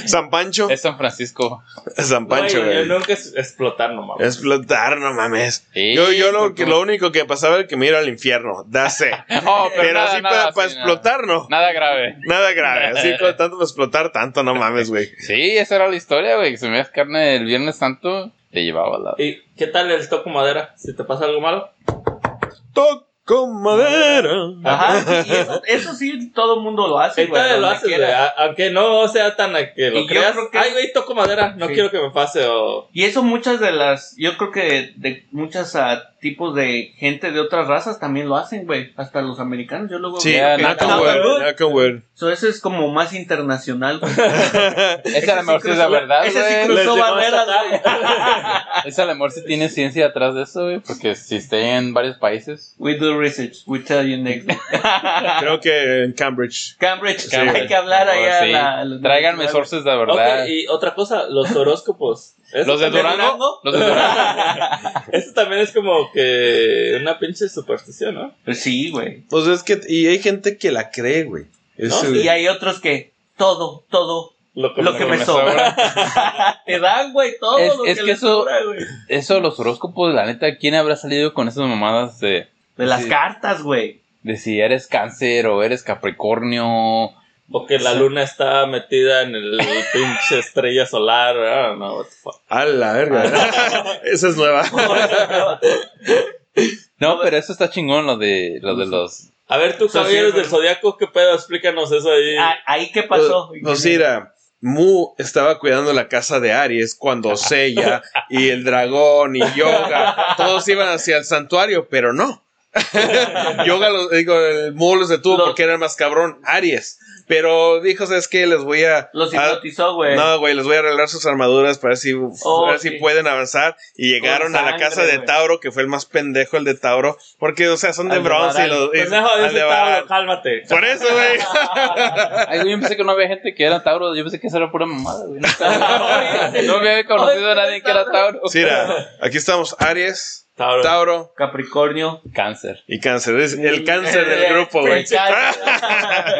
[SPEAKER 1] San Pancho.
[SPEAKER 3] Es San Francisco.
[SPEAKER 1] San Pancho,
[SPEAKER 2] Güey,
[SPEAKER 1] güey. Eh.
[SPEAKER 2] Yo nunca es explotar, no mames.
[SPEAKER 1] Explotar, no mames.
[SPEAKER 3] Sí,
[SPEAKER 1] Yo, yo lo,
[SPEAKER 3] ¿por
[SPEAKER 1] que,
[SPEAKER 3] qué?
[SPEAKER 1] lo único que pasaba era que me iba al infierno. Dase.
[SPEAKER 3] No,
[SPEAKER 1] Pero
[SPEAKER 3] nada,
[SPEAKER 1] así
[SPEAKER 3] nada,
[SPEAKER 1] para, para
[SPEAKER 3] sí, nada.
[SPEAKER 1] explotar, no.
[SPEAKER 3] Nada grave.
[SPEAKER 1] Nada grave. Así como tanto para explotar, tanto, no mames, güey.
[SPEAKER 3] Sí, esa era la historia, güey. Que si me das carne el Viernes Santo, te llevaba la.
[SPEAKER 2] ¿Y qué tal el toco madera? Si te pasa algo malo.
[SPEAKER 1] Toco madera.
[SPEAKER 4] Ajá, y eso, eso sí, todo mundo lo hace,
[SPEAKER 2] Sí,
[SPEAKER 4] güey.
[SPEAKER 2] todavía lo
[SPEAKER 4] donde
[SPEAKER 2] haces,
[SPEAKER 4] quiera.
[SPEAKER 2] güey. A- Aunque no sea tan a que
[SPEAKER 4] Y
[SPEAKER 2] lo
[SPEAKER 4] yo
[SPEAKER 2] creas.
[SPEAKER 4] creo que-
[SPEAKER 2] Ay, güey, toco madera. No
[SPEAKER 4] Sí.
[SPEAKER 2] quiero que me pase o.
[SPEAKER 4] Y eso muchas de las, yo creo que de muchas ah, tipos de gente de otras razas también lo hacen, güey. Hasta los americanos, yo luego
[SPEAKER 1] Sí,
[SPEAKER 3] Ya,
[SPEAKER 1] Nakamura, Nakamura.
[SPEAKER 4] So, eso es como más internacional. güey.
[SPEAKER 3] Esa a lo mejor sí es la
[SPEAKER 4] cruzó-
[SPEAKER 3] verdad,
[SPEAKER 4] Ese sí
[SPEAKER 3] güey.
[SPEAKER 4] cruzó
[SPEAKER 2] Les llegó
[SPEAKER 4] barreras,
[SPEAKER 2] hasta
[SPEAKER 4] güey.
[SPEAKER 3] Esa a lo mejor sí tiene ciencia atrás de eso, güey. Porque existe en varios países.
[SPEAKER 4] We do research, we tell you next.
[SPEAKER 1] Creo que en Cambridge.
[SPEAKER 4] Cambridge,
[SPEAKER 1] Sí,
[SPEAKER 4] hay
[SPEAKER 1] güey.
[SPEAKER 4] que hablar allá.
[SPEAKER 3] Sí.
[SPEAKER 4] a la-
[SPEAKER 3] Tráiganme sources, la verdad.
[SPEAKER 2] Ok, y otra cosa, los horóscopos. Eso
[SPEAKER 3] Los de
[SPEAKER 2] también-
[SPEAKER 3] Durango. Los de Durango.
[SPEAKER 2] Eso también es como que una pinche superstición, ¿no?
[SPEAKER 4] Pues sí, güey.
[SPEAKER 1] Pues es que. Y hay gente que la cree, güey. Es,
[SPEAKER 2] ¿No?
[SPEAKER 1] eh,
[SPEAKER 4] Y hay otros que todo, todo
[SPEAKER 2] Lo que,
[SPEAKER 4] Lo que me sobra. te dan, güey, todo
[SPEAKER 3] Es-
[SPEAKER 4] lo
[SPEAKER 3] es
[SPEAKER 4] que,
[SPEAKER 3] que
[SPEAKER 4] les
[SPEAKER 3] eso-
[SPEAKER 4] sobra, güey.
[SPEAKER 3] Eso, los horóscopos, la neta, ¿quién habrá salido con esas mamadas de,
[SPEAKER 4] De las
[SPEAKER 3] Sí.
[SPEAKER 4] cartas, güey.
[SPEAKER 3] de si eres cáncer o eres capricornio?
[SPEAKER 2] O que la luna está metida en el pinche estrella solar. I don't know what the fuck.
[SPEAKER 1] A la verga. Esa es nueva.
[SPEAKER 3] No, pero eso está chingón, lo de, lo de los.
[SPEAKER 2] A ver, tú,
[SPEAKER 4] Eso sí,
[SPEAKER 2] caballeros
[SPEAKER 4] güey.
[SPEAKER 2] del zodiaco, ¿qué pedo? Explícanos eso ahí.
[SPEAKER 4] Ah, Ahí qué pasó.
[SPEAKER 1] Pues mira, Mu estaba cuidando la casa de Aries cuando Seiya y el dragón y Yoga, todos iban hacia el santuario, pero no. Yoga, los, digo, el Mu los detuvo
[SPEAKER 4] Los-
[SPEAKER 1] porque era el más cabrón, Aries. Pero dijo, ¿sabes qué? Les voy a...
[SPEAKER 4] Los
[SPEAKER 1] a-
[SPEAKER 4] hipnotizó, güey.
[SPEAKER 1] ah, no, güey, les voy a arreglar sus armaduras para ver si,
[SPEAKER 4] Oh,
[SPEAKER 1] a ver si
[SPEAKER 4] sí.
[SPEAKER 1] pueden avanzar. Y llegaron a la
[SPEAKER 4] sangre,
[SPEAKER 1] casa de
[SPEAKER 4] güey.
[SPEAKER 1] Tauro, que fue el más pendejo el de Tauro, porque, o sea, son de
[SPEAKER 4] Aldebarán.
[SPEAKER 1] bronce y los... y-
[SPEAKER 2] Pendejo, dice
[SPEAKER 1] Aldebarán.
[SPEAKER 2] Tauro, cálmate.
[SPEAKER 1] Por eso, güey.
[SPEAKER 3] Ay, güey, yo pensé que no había gente que era Tauro. Yo pensé que eso era pura mamada, güey. No había conocido a nadie que era Tauro.
[SPEAKER 1] Sí, Pues mira, aquí estamos, Aries,
[SPEAKER 2] Tauro.
[SPEAKER 1] Tauro
[SPEAKER 4] Capricornio. Eh,
[SPEAKER 3] Cáncer.
[SPEAKER 1] y Cáncer. Es el cáncer del grupo, güey.
[SPEAKER 4] El cáncer.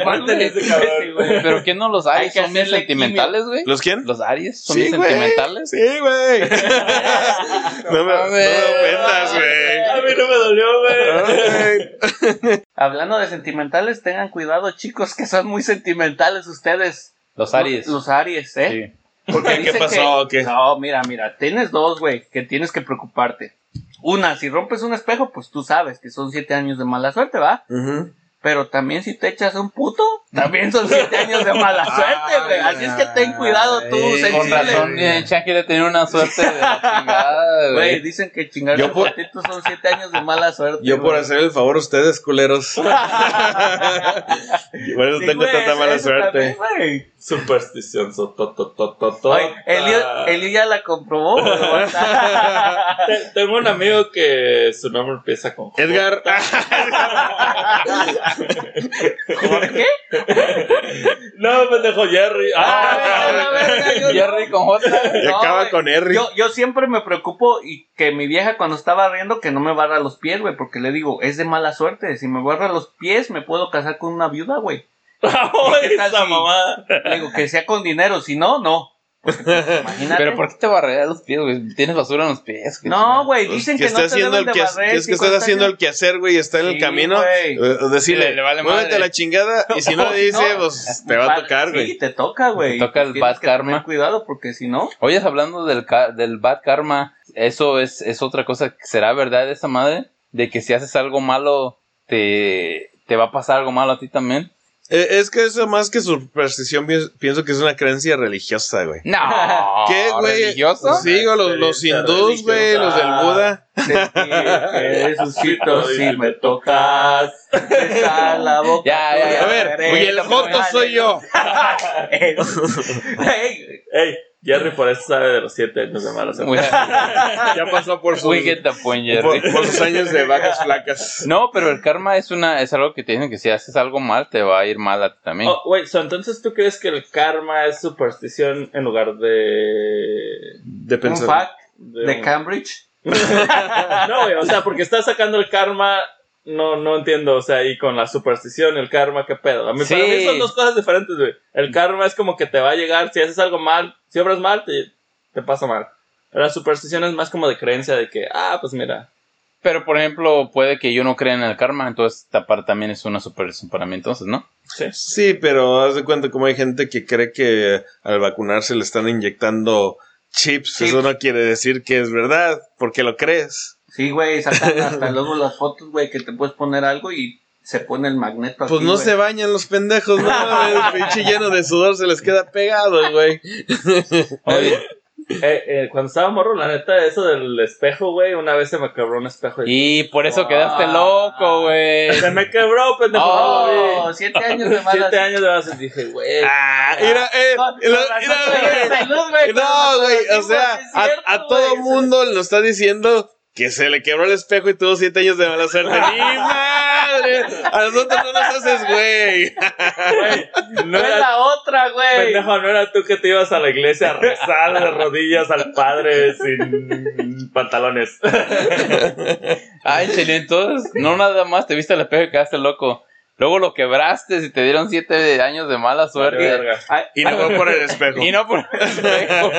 [SPEAKER 2] Mátele ese
[SPEAKER 4] Sí, Ah, güey.
[SPEAKER 3] Pero ¿qué no los
[SPEAKER 4] Hay
[SPEAKER 3] Aries
[SPEAKER 4] que
[SPEAKER 3] son bien
[SPEAKER 4] hacerle
[SPEAKER 3] sentimentales, güey?
[SPEAKER 1] ¿Los quién?
[SPEAKER 3] ¿Los Aries son
[SPEAKER 1] Sí,
[SPEAKER 3] bien
[SPEAKER 1] güey.
[SPEAKER 3] sentimentales?
[SPEAKER 1] Sí, güey. No me no me ofendas,
[SPEAKER 2] A
[SPEAKER 1] güey.
[SPEAKER 2] mí no me dolió, güey.
[SPEAKER 1] No,
[SPEAKER 4] Hablando de sentimentales, tengan cuidado, chicos, que son muy sentimentales ustedes.
[SPEAKER 3] Los Aries.
[SPEAKER 4] Los Aries, ¿eh?
[SPEAKER 3] Sí.
[SPEAKER 1] güey. ¿Qué
[SPEAKER 4] Dice
[SPEAKER 1] pasó?
[SPEAKER 4] que-
[SPEAKER 1] ¿Qué?
[SPEAKER 4] No, mira, mira, tienes dos, güey, que tienes que preocuparte. Una, si rompes un espejo, pues tú sabes que son siete años de mala suerte, ¿va?
[SPEAKER 1] Ujú.
[SPEAKER 4] Pero también si te echas un puto, también son siete años de mala suerte, güey. Así es que ten cuidado tú,
[SPEAKER 1] Ay,
[SPEAKER 4] sensible.
[SPEAKER 3] Con razón, eh, Chucky le tenía una suerte de la chingada,
[SPEAKER 4] Güey,
[SPEAKER 3] güey.
[SPEAKER 4] dicen que chingar
[SPEAKER 1] Yo
[SPEAKER 4] los
[SPEAKER 1] por-
[SPEAKER 4] patitos son siete años de mala suerte.
[SPEAKER 1] Yo por
[SPEAKER 4] güey.
[SPEAKER 1] hacer el favor a ustedes, culeros. Por eso
[SPEAKER 4] Sí,
[SPEAKER 1] tengo
[SPEAKER 4] güey,
[SPEAKER 1] tanta mala
[SPEAKER 4] eso
[SPEAKER 1] suerte.
[SPEAKER 4] también, güey.
[SPEAKER 2] Superstición. so- to- to- to- to- to-
[SPEAKER 4] Ay, Elio, Elio ya la comprobó, güey.
[SPEAKER 2] Te- Tengo un amigo que su nombre empieza con J.
[SPEAKER 1] Edgar.
[SPEAKER 4] ¿Por qué?
[SPEAKER 2] No, pendejo, Jerry.
[SPEAKER 4] Ah,
[SPEAKER 2] Ah,
[SPEAKER 4] la verga, yo no.
[SPEAKER 3] Jerry con J.
[SPEAKER 1] Y
[SPEAKER 4] No,
[SPEAKER 1] acaba
[SPEAKER 4] güey.
[SPEAKER 1] con Henry.
[SPEAKER 4] Yo, yo siempre me preocupo y que mi vieja cuando está barriendo que no me barra los pies, güey, porque le digo, es de mala suerte. Si me barra los pies, me puedo casar con una viuda, güey.
[SPEAKER 2] Ay,
[SPEAKER 4] ¿Qué tal
[SPEAKER 2] esa
[SPEAKER 4] si-
[SPEAKER 2] mamada.
[SPEAKER 4] Le digo, que sea con dinero, si no, no. Porque, pues, imagínate.
[SPEAKER 3] Pero ¿por qué te barreras los pies, güey? Tienes basura en los pies. güey.
[SPEAKER 4] No, güey, dicen
[SPEAKER 1] Pues, que, está
[SPEAKER 4] que, no te
[SPEAKER 1] haciendo
[SPEAKER 4] deben
[SPEAKER 1] el
[SPEAKER 4] de
[SPEAKER 1] que
[SPEAKER 4] barrer.
[SPEAKER 1] es que
[SPEAKER 4] cinco
[SPEAKER 1] estás haciendo
[SPEAKER 4] años.
[SPEAKER 1] el quehacer, güey, y está en el
[SPEAKER 4] Sí,
[SPEAKER 1] camino.
[SPEAKER 4] güey.
[SPEAKER 1] eh, Decirle,
[SPEAKER 3] Le- le vale
[SPEAKER 1] muévete
[SPEAKER 3] madre".
[SPEAKER 1] a la chingada. Y si no
[SPEAKER 4] O
[SPEAKER 1] le
[SPEAKER 4] si
[SPEAKER 1] dice,
[SPEAKER 4] no,
[SPEAKER 1] pues te va a tocar, güey.
[SPEAKER 4] Sí, te toca, güey.
[SPEAKER 3] toca el
[SPEAKER 4] Tienes
[SPEAKER 3] bad
[SPEAKER 4] que tener
[SPEAKER 3] karma.
[SPEAKER 4] Cuidado, porque si no,
[SPEAKER 3] Oyes, hablando del, ca- del bad karma, eso es, es otra cosa. ¿Será verdad esa madre? De que si haces algo malo, te, te va a pasar algo malo a ti también.
[SPEAKER 1] Eh, es que eso más que superstición, pienso, pienso que es una creencia religiosa, güey.
[SPEAKER 4] Ah,
[SPEAKER 3] No.
[SPEAKER 1] ¿Qué, güey? Pues
[SPEAKER 3] ¿Religioso?
[SPEAKER 1] Sí, güey, los, los
[SPEAKER 2] Creencia
[SPEAKER 1] hindús, güey, los del
[SPEAKER 2] religiosa.
[SPEAKER 1] Buda.
[SPEAKER 4] sentir que resucito
[SPEAKER 2] Ay,
[SPEAKER 4] si me toca. Besar la boca.
[SPEAKER 3] Ya, ya, ya.
[SPEAKER 1] A ver,
[SPEAKER 4] Eh,
[SPEAKER 1] y el Joto soy yo.
[SPEAKER 4] Eh, Ey,
[SPEAKER 2] Ey, Jerry por eso sabe de los siete años de mala suerte.
[SPEAKER 3] Güey,
[SPEAKER 1] Ya pasó por sus,
[SPEAKER 3] we get the point, Jerry.
[SPEAKER 1] por, por sus años de vacas flacas.
[SPEAKER 3] No, pero el karma es una es algo que te dicen que si haces algo mal te va a ir mal a ti también.
[SPEAKER 2] Oh, wait, so, entonces tú crees que el karma es superstición en lugar de.
[SPEAKER 1] De
[SPEAKER 4] un
[SPEAKER 1] pensar.
[SPEAKER 4] fact
[SPEAKER 2] de
[SPEAKER 4] de
[SPEAKER 2] un-
[SPEAKER 4] Cambridge.
[SPEAKER 2] No, güey, o sea, porque estás sacando el karma. No, no entiendo, o sea, y con la superstición, el karma, qué pedo. A mí, Para
[SPEAKER 3] Sí.
[SPEAKER 2] mí son dos cosas diferentes, güey. El karma es como que te va a llegar, si haces algo mal, si obras mal, te, te pasa mal. Pero la superstición es más como de creencia de que, ah, pues mira.
[SPEAKER 3] Pero por ejemplo, puede que yo no crea en el karma, entonces tapar también es una superstición para mí entonces, ¿no?
[SPEAKER 2] Sí.
[SPEAKER 1] Sí, pero haz de cuenta como hay gente que cree que al vacunarse le están inyectando chips.
[SPEAKER 4] Chips.
[SPEAKER 1] Eso no quiere decir que es verdad, porque lo crees.
[SPEAKER 4] Sí, güey, sacan hasta luego las fotos, güey, que te puedes poner algo y se pone el magneto
[SPEAKER 1] Pues
[SPEAKER 4] aquí,
[SPEAKER 1] no
[SPEAKER 4] güey.
[SPEAKER 1] se bañan los pendejos, no mames, pinche lleno de sudor se les queda pegado, güey.
[SPEAKER 3] Oye,
[SPEAKER 2] Eh, eh, cuando estaba morro, la neta, eso del espejo, güey, una vez se me quebró un espejo. Y...
[SPEAKER 3] Y por eso
[SPEAKER 4] Ah.
[SPEAKER 3] quedaste loco, güey.
[SPEAKER 2] Se me quebró, pendejo.
[SPEAKER 4] Oh,
[SPEAKER 2] güey.
[SPEAKER 4] siete años de malas.
[SPEAKER 2] Siete años de brazos. Dije, güey.
[SPEAKER 1] Ah, mira, eh,
[SPEAKER 4] Con-
[SPEAKER 1] lo-
[SPEAKER 4] con razón
[SPEAKER 1] mira, güey.
[SPEAKER 4] tenía salud, güey,
[SPEAKER 1] No,
[SPEAKER 4] cuando
[SPEAKER 1] güey, o
[SPEAKER 4] conocimos,
[SPEAKER 1] sea,
[SPEAKER 4] es
[SPEAKER 1] a,
[SPEAKER 4] cierto,
[SPEAKER 1] a todo
[SPEAKER 4] güey.
[SPEAKER 1] mundo lo está diciendo que se le quebró el espejo y tuvo siete años de mala suerte. ¡Ni madre! A nosotros no nos haces, güey.
[SPEAKER 2] güey, no
[SPEAKER 4] No es
[SPEAKER 2] era,
[SPEAKER 4] la otra, güey.
[SPEAKER 2] pendejo, no era tú que te ibas a la iglesia a rezar de rodillas al padre sin pantalones.
[SPEAKER 3] Ay, Chile, entonces no nada más te viste al espejo y quedaste loco. Luego lo quebraste y te dieron siete años de mala
[SPEAKER 2] Vale,
[SPEAKER 3] suerte.
[SPEAKER 2] verga.
[SPEAKER 4] Hay,
[SPEAKER 1] Y no fue por el espejo.
[SPEAKER 3] Y no por el espejo.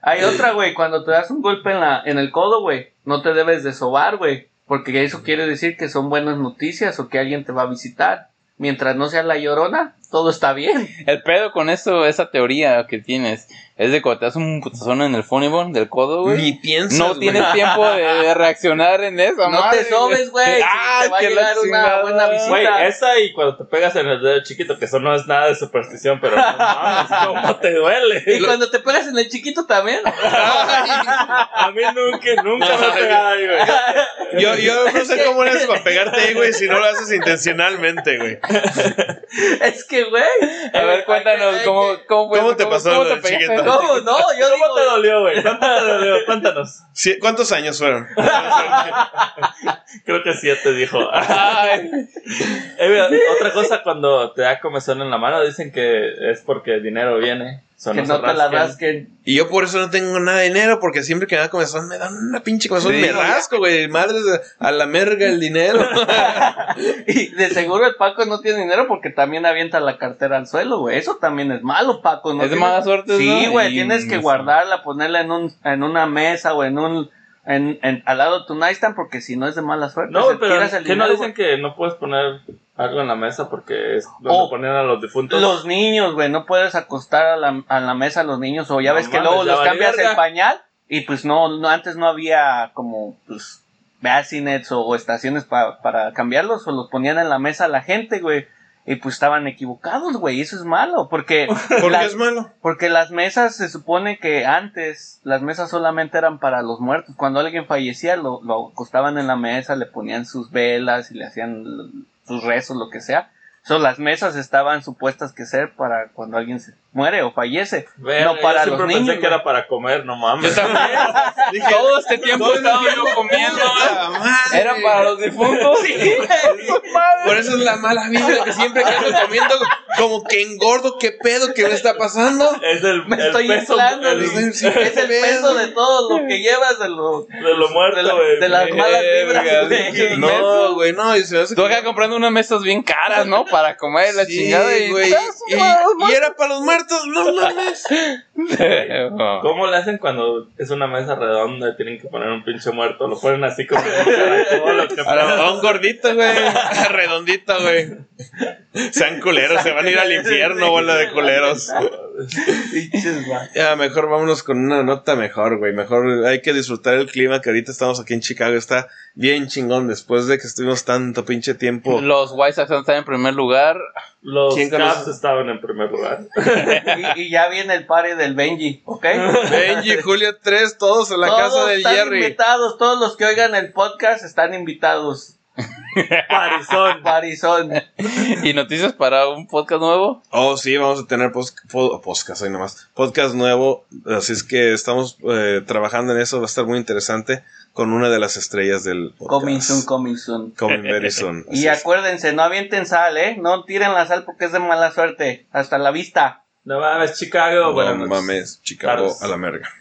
[SPEAKER 4] hay otra, güey. Cuando te das un golpe en, la, en el codo, güey, no te debes de sobar, güey. Porque eso quiere decir que son buenas noticias o que alguien te va a visitar. Mientras no sea la llorona, todo está bien.
[SPEAKER 3] El pedo con eso, esa teoría que tienes, es de cuando te das un putazón en el funibón del codo, güey.
[SPEAKER 1] piensas.
[SPEAKER 3] No tienes tiempo de, de reaccionar en eso,
[SPEAKER 4] No te sobes, güey.
[SPEAKER 3] Ah,
[SPEAKER 4] te va a
[SPEAKER 3] que la
[SPEAKER 4] llegar una
[SPEAKER 3] chingada.
[SPEAKER 4] buena visita.
[SPEAKER 2] Güey, esa y cuando te pegas en el dedo chiquito, que eso no es nada de superstición, pero no mames, cómo te
[SPEAKER 4] y
[SPEAKER 2] duele.
[SPEAKER 4] cuando te pegas en el chiquito también.
[SPEAKER 2] A mí nunca, nunca me ha pegado ahí, güey.
[SPEAKER 1] Yo, yo no sé cómo eres para pegarte ahí, güey, si no lo haces intencionalmente, güey.
[SPEAKER 4] es que, güey. Eh,
[SPEAKER 3] A ver, cuéntanos, ¿cómo, cómo, fue
[SPEAKER 1] ¿Cómo
[SPEAKER 3] eso?
[SPEAKER 1] te pasó lo del
[SPEAKER 3] pegaste?
[SPEAKER 1] chiquito?
[SPEAKER 4] ¿Cómo? No, yo
[SPEAKER 2] ¿Cómo te
[SPEAKER 4] digo.
[SPEAKER 2] dolió, güey? ¿Cuánto te dolió? Cuéntanos.
[SPEAKER 1] Sí, ¿Cuántos años fueron?
[SPEAKER 2] Creo que siete dijo.
[SPEAKER 3] Ay,
[SPEAKER 2] Eh, mira, otra cosa, cuando te da comezón en la mano, dicen que es porque dinero viene. So,
[SPEAKER 4] Que
[SPEAKER 2] se
[SPEAKER 4] no te la
[SPEAKER 2] rasquen.
[SPEAKER 4] rasquen.
[SPEAKER 1] Y yo por eso no tengo nada de dinero, porque siempre que me da comezón me dan una pinche comezón,
[SPEAKER 3] Sí.
[SPEAKER 1] me rasco, güey. Madres a la merga el dinero.
[SPEAKER 4] Y de seguro el Paco no tiene dinero porque también avienta la cartera al suelo, güey. Eso también es malo, Paco. ¿no?
[SPEAKER 3] es de
[SPEAKER 4] Tienes-
[SPEAKER 3] mala suerte,
[SPEAKER 4] Sí,
[SPEAKER 3] ¿no?
[SPEAKER 4] güey,
[SPEAKER 3] Y-
[SPEAKER 4] tienes que guardarla, ponerla en un en una mesa o en un en, en- al lado de tu nightstand porque si no es de mala suerte.
[SPEAKER 2] No,
[SPEAKER 4] se
[SPEAKER 2] güey, pero
[SPEAKER 4] pues, tiras el
[SPEAKER 2] ¿qué no
[SPEAKER 4] dinero,
[SPEAKER 2] dicen que no puedes poner algo en la mesa porque es donde
[SPEAKER 4] Oh.
[SPEAKER 2] ponían a los difuntos?
[SPEAKER 4] güey. los niños, güey, no puedes acostar a la, a la mesa a los niños o ya
[SPEAKER 2] No
[SPEAKER 4] ves que
[SPEAKER 2] mames,
[SPEAKER 4] luego
[SPEAKER 2] ya
[SPEAKER 4] los
[SPEAKER 2] valió
[SPEAKER 4] cambias
[SPEAKER 2] verga.
[SPEAKER 4] el pañal y pues no, no antes no había como pues bacinets o, o estaciones pa- para cambiarlos o los ponían en la mesa a la gente, güey. Y pues estaban equivocados, güey, eso es malo, porque
[SPEAKER 1] ¿Por
[SPEAKER 4] la-
[SPEAKER 1] qué es malo?
[SPEAKER 4] Porque las mesas se supone que antes las mesas solamente eran para los muertos. Cuando alguien fallecía lo, lo acostaban en la mesa, le ponían sus velas y le hacían l- sus rezos, lo que sea. So, las mesas estaban supuestas que ser para cuando alguien se muere o fallece.
[SPEAKER 2] Verga,
[SPEAKER 4] no para
[SPEAKER 2] yo siempre
[SPEAKER 4] los
[SPEAKER 2] pensé
[SPEAKER 4] niños.
[SPEAKER 2] que era para comer, no mames.
[SPEAKER 1] Dije,
[SPEAKER 3] Todo este tiempo
[SPEAKER 1] todo
[SPEAKER 3] estaba
[SPEAKER 1] el
[SPEAKER 3] yo comiendo.
[SPEAKER 1] puta madre.
[SPEAKER 3] Era para los difuntos.
[SPEAKER 1] Por eso es la mala vida que siempre que ando comiendo, como que engordo, qué pedo, qué me está pasando.
[SPEAKER 2] es el,
[SPEAKER 4] Me
[SPEAKER 2] el
[SPEAKER 4] estoy
[SPEAKER 2] peso
[SPEAKER 4] inflando.
[SPEAKER 2] el-
[SPEAKER 4] güey.
[SPEAKER 1] sí,
[SPEAKER 4] es el
[SPEAKER 1] ves,
[SPEAKER 4] peso
[SPEAKER 1] güey.
[SPEAKER 4] de todo lo que llevas de lo...
[SPEAKER 2] de lo
[SPEAKER 4] De, la-
[SPEAKER 2] muerto, güey.
[SPEAKER 4] de las malas
[SPEAKER 3] Verga,
[SPEAKER 4] vibras.
[SPEAKER 3] dije,
[SPEAKER 4] güey.
[SPEAKER 1] No, güey, no. Y se me hace
[SPEAKER 3] Tú
[SPEAKER 1] que-
[SPEAKER 3] acá comprando unas mesas bien caras, ¿no? Para comer la
[SPEAKER 1] Sí,
[SPEAKER 3] chingada y... ¡Ah,
[SPEAKER 1] güey. Y, y era para los muertos, no mames.
[SPEAKER 2] ¿Cómo le hacen cuando es una mesa redonda y tienen que poner un pinche muerto? Lo ponen así como un caracol, lo que-
[SPEAKER 1] A lo mejor un gordito, güey. Redondito, güey. Sean culeros, se van a ir al infierno, bola de culeros.
[SPEAKER 4] Pinches, güey.
[SPEAKER 1] Ya, mejor vámonos con una nota mejor, güey. Mejor hay que disfrutar el clima que ahorita estamos aquí en Chicago. Está bien chingón después de que estuvimos tanto pinche tiempo.
[SPEAKER 3] Los White Sox están en primer lugar.
[SPEAKER 2] Los
[SPEAKER 1] ¿Quién
[SPEAKER 2] Caps
[SPEAKER 1] conoce?
[SPEAKER 2] estaban en primer lugar.
[SPEAKER 4] y, y ya viene el pare del Benji, ¿ok?
[SPEAKER 1] Benji, Julio 3, todos en la
[SPEAKER 4] todos
[SPEAKER 1] casa del
[SPEAKER 4] están
[SPEAKER 1] Jerry.
[SPEAKER 4] invitados, todos los que oigan el podcast están invitados.
[SPEAKER 2] Parizón.
[SPEAKER 4] Parizón.
[SPEAKER 3] ¿Y noticias para un podcast nuevo?
[SPEAKER 1] Oh, sí, vamos a tener pos- po- podcast hoy nomás. Podcast nuevo. Así es que estamos eh, trabajando en eso. Va a estar muy interesante con una de las estrellas del podcast.
[SPEAKER 4] Coming soon, coming soon.
[SPEAKER 1] Coming very soon.
[SPEAKER 4] Y
[SPEAKER 1] Así es.
[SPEAKER 4] acuérdense, no avienten sal, ¿eh? No tiren la sal porque es de mala suerte. Hasta la vista.
[SPEAKER 2] No mames, Chicago.
[SPEAKER 1] No
[SPEAKER 2] Buenas noches.
[SPEAKER 1] mames, Chicago
[SPEAKER 2] Tardes.
[SPEAKER 1] a la merga.